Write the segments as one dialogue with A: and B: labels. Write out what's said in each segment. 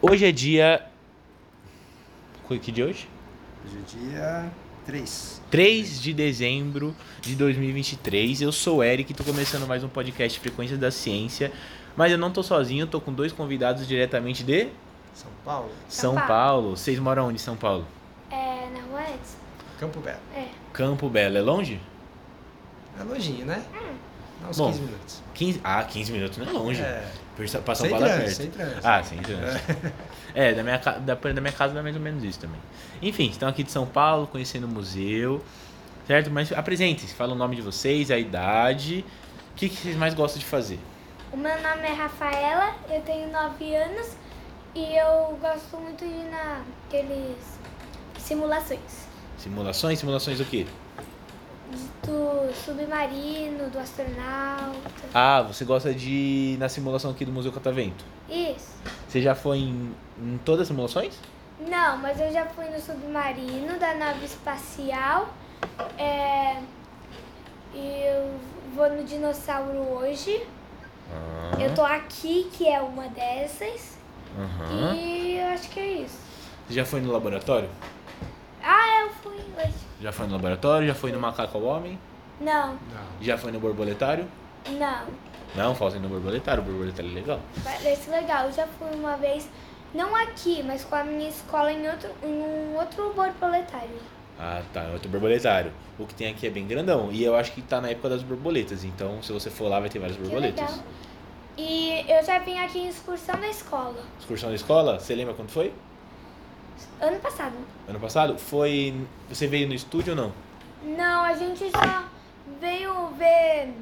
A: Hoje é dia. Que dia é hoje?
B: Hoje é dia 3.
A: 3 de dezembro de 2023. Eu sou o Eric, tô começando mais um podcast Frequência da Ciência. Mas eu não tô sozinho, tô com dois convidados diretamente de
B: São Paulo,
A: São,
C: São
A: Paulo.
C: Paulo.
A: Vocês moram onde, em São Paulo?
C: É, na rua Edson?
B: Campo Belo.
C: É.
A: Campo Belo, é longe?
B: É longinho, né?
C: Hum.
B: Dá uns
A: Bom,
B: 15 minutos.
A: 15... Ah, 15 minutos não é longe.
B: É,
A: Pra São pra São
B: sem
A: Paulo é
B: trânsito,
A: perto.
B: sem trânsito.
A: Ah, sim, trânsito. É, da minha, ca- da, da minha casa dá mais ou menos isso também. Enfim, estão aqui de São Paulo, conhecendo o museu, certo? Mas apresentem-se, fala o nome de vocês, a idade, o que, que vocês mais gostam de fazer?
C: O meu nome é Rafaela, eu tenho 9 anos e eu gosto muito de ir naqueles simulações
A: Simulações? Simulações do quê?
C: do submarino, do astronauta.
A: Ah, você gosta de ir na simulação aqui do Museu Catavento.
C: Isso.
A: Você já foi em, em todas as simulações?
C: Não, mas eu já fui no submarino da nave espacial. É, e eu vou no dinossauro hoje. Eu tô aqui, que é uma dessas.
A: Aham.
C: E eu acho que é isso.
A: Você já foi no laboratório?
C: Ah, eu fui hoje.
A: Já foi no laboratório? Já foi no Macaco ao Homem?
C: Não,
B: Não.
A: Já foi no Borboletário?
C: não.
A: Não, falta ir no Borboletário. O Borboletário é legal.
C: Parece legal. Eu já fui uma vez, não aqui, mas com a minha escola em, outro, em um outro borboletário.
A: Ah, tá. É outro borboletário. O que tem aqui é bem grandão. E eu acho que tá na época das borboletas. Então, se você for lá, vai ter várias
C: Que
A: borboletas.
C: legal. E eu já vim aqui em excursão da escola.
A: Excursão da escola, você lembra quando foi?
C: Ano passado.
A: Ano passado? Foi. Você veio no estúdio ou não?
C: Não, a gente já veio ver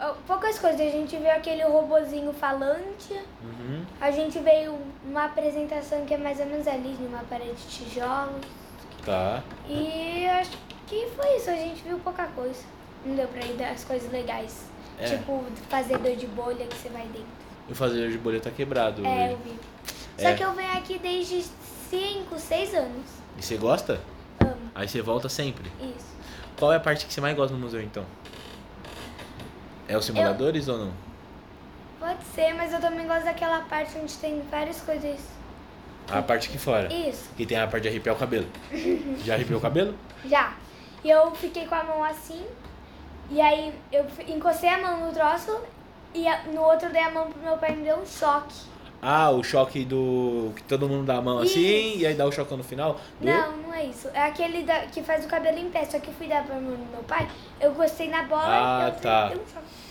C: ah, poucas coisas. A gente veio aquele robozinho falante.
A: Uhum.
C: A gente veio uma apresentação que é mais ou menos ali, numa parede de tijolos.
A: Tá.
C: E eu acho que foi isso, a gente viu pouca coisa. Não deu pra ir das coisas legais.
A: É.
C: Tipo, fazer dor de bolha que você vai dentro.
A: O fazer de bolha tá quebrado.
C: É, eu
A: hoje.
C: vi.
A: É.
C: Só que eu venho aqui desde 5, 6 anos.
A: E você gosta?
C: Amo.
A: Aí você volta sempre.
C: Isso.
A: Qual é a parte que você mais gosta no museu então? É os simuladores ou não?
C: Pode ser, mas eu também gosto daquela parte onde tem várias coisas.
A: A parte aqui fora.
C: Isso,
A: Que tem a parte de arrepiar o cabelo. Já arrepiou o cabelo?
C: já. E eu fiquei com a mão assim. E aí eu fi- encostei a mão no troço. E a- no outro eu dei a mão pro meu pai e me deu um choque.
A: Ah, o choque do. que todo mundo dá a mão assim
C: Isso.
A: e aí dá o chocão no final? Do...
C: Não, não é isso. É aquele da- que faz o cabelo em pé. Só que eu fui dar pra meu, meu pai, eu gostei na bola
A: Ah,
C: eu,
A: tá.
C: eu,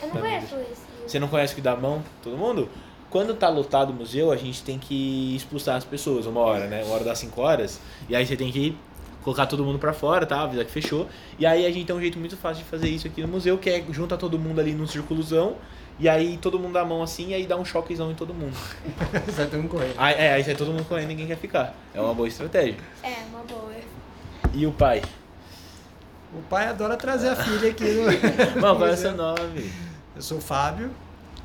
C: eu não
A: Tá,
C: conheço esse.
A: Você não conhece o que dá a mão? Todo mundo? Quando tá lotado o museu, a gente tem que expulsar as pessoas uma hora, né? Uma hora das 5 horas. E aí você tem que colocar todo mundo pra fora, tá? Avisar que fechou. E aí a gente tem um jeito muito fácil de fazer isso aqui no museu, que é juntar todo mundo ali num circulozão. E aí todo mundo dá a mão assim e aí dá um choquezão em todo mundo.
B: Sai todo mundo correndo.
A: Aí, é, aí sai todo mundo correndo e ninguém quer ficar. É uma boa estratégia.
C: É, uma boa.
A: E o pai?
B: O pai adora trazer a filha aqui. No...
A: Mano, qual é o
B: museu.
A: seu nome?
B: Eu sou o Fábio,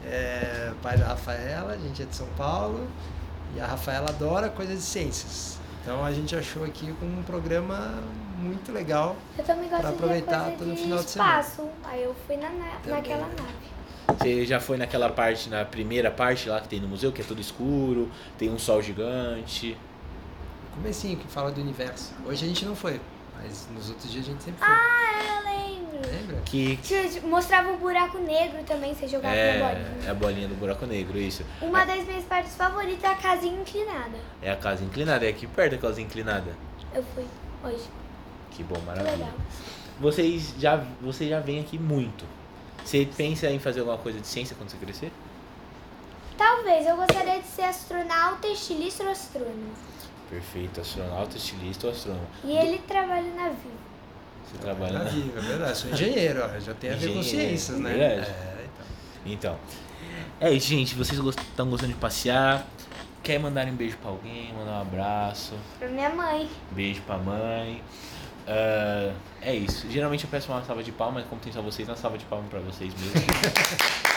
B: é, pai da Rafaela, a gente é de São Paulo. E a Rafaela adora coisas de ciências. Então a gente achou aqui um programa muito legal.
C: Eu também gosto
B: Pra
C: de
B: aproveitar
C: coisa
B: todo
C: de
B: final de semana.
C: espaço. Aí eu fui na, na- naquela nave.
A: Você já foi naquela parte, na primeira parte lá que tem no museu, que é tudo escuro, tem um sol gigante.
B: um Comecinho que fala do universo. Hoje a gente não foi, mas nos outros dias a gente sempre foi.
C: Ah, eu lembro.
B: Lembra?
A: Que
C: Tinha- t- Mostrava um buraco negro também, você jogava na
A: é,
C: bolinha.
A: é a bolinha do buraco negro, isso.
C: Uma das minhas partes favoritas é a casinha inclinada.
A: É a casa inclinada, é aqui perto da casa inclinada.
C: Eu fui hoje.
A: Que bom,
C: Que
A: maravilha.
C: legal.
A: Vocês já, você já vem aqui muito. Você pensa em fazer alguma coisa de ciência quando você crescer?
C: Talvez eu gostaria de ser astronauta, estilista ou astrônomo.
A: Perfeito, astronauta, estilista ou astrônomo.
C: E ele trabalha na Vivo.
A: Você trabalha na...
B: Maravilha, é verdade. Sou engenheiro, ó, já tem a ver com
A: né? Engenheiro,
B: ciências, né?
A: verdade.
B: É, então.
A: Então. É isso, gente. Vocês estão gostando de passear? Quer mandar um beijo pra alguém? Mandar um abraço?
C: Pra minha mãe.
A: Beijo pra mãe. é Ah, é isso. Geralmente eu peço uma salva de palmas, como tem só vocês, uma salva de palmas pra vocês mesmo.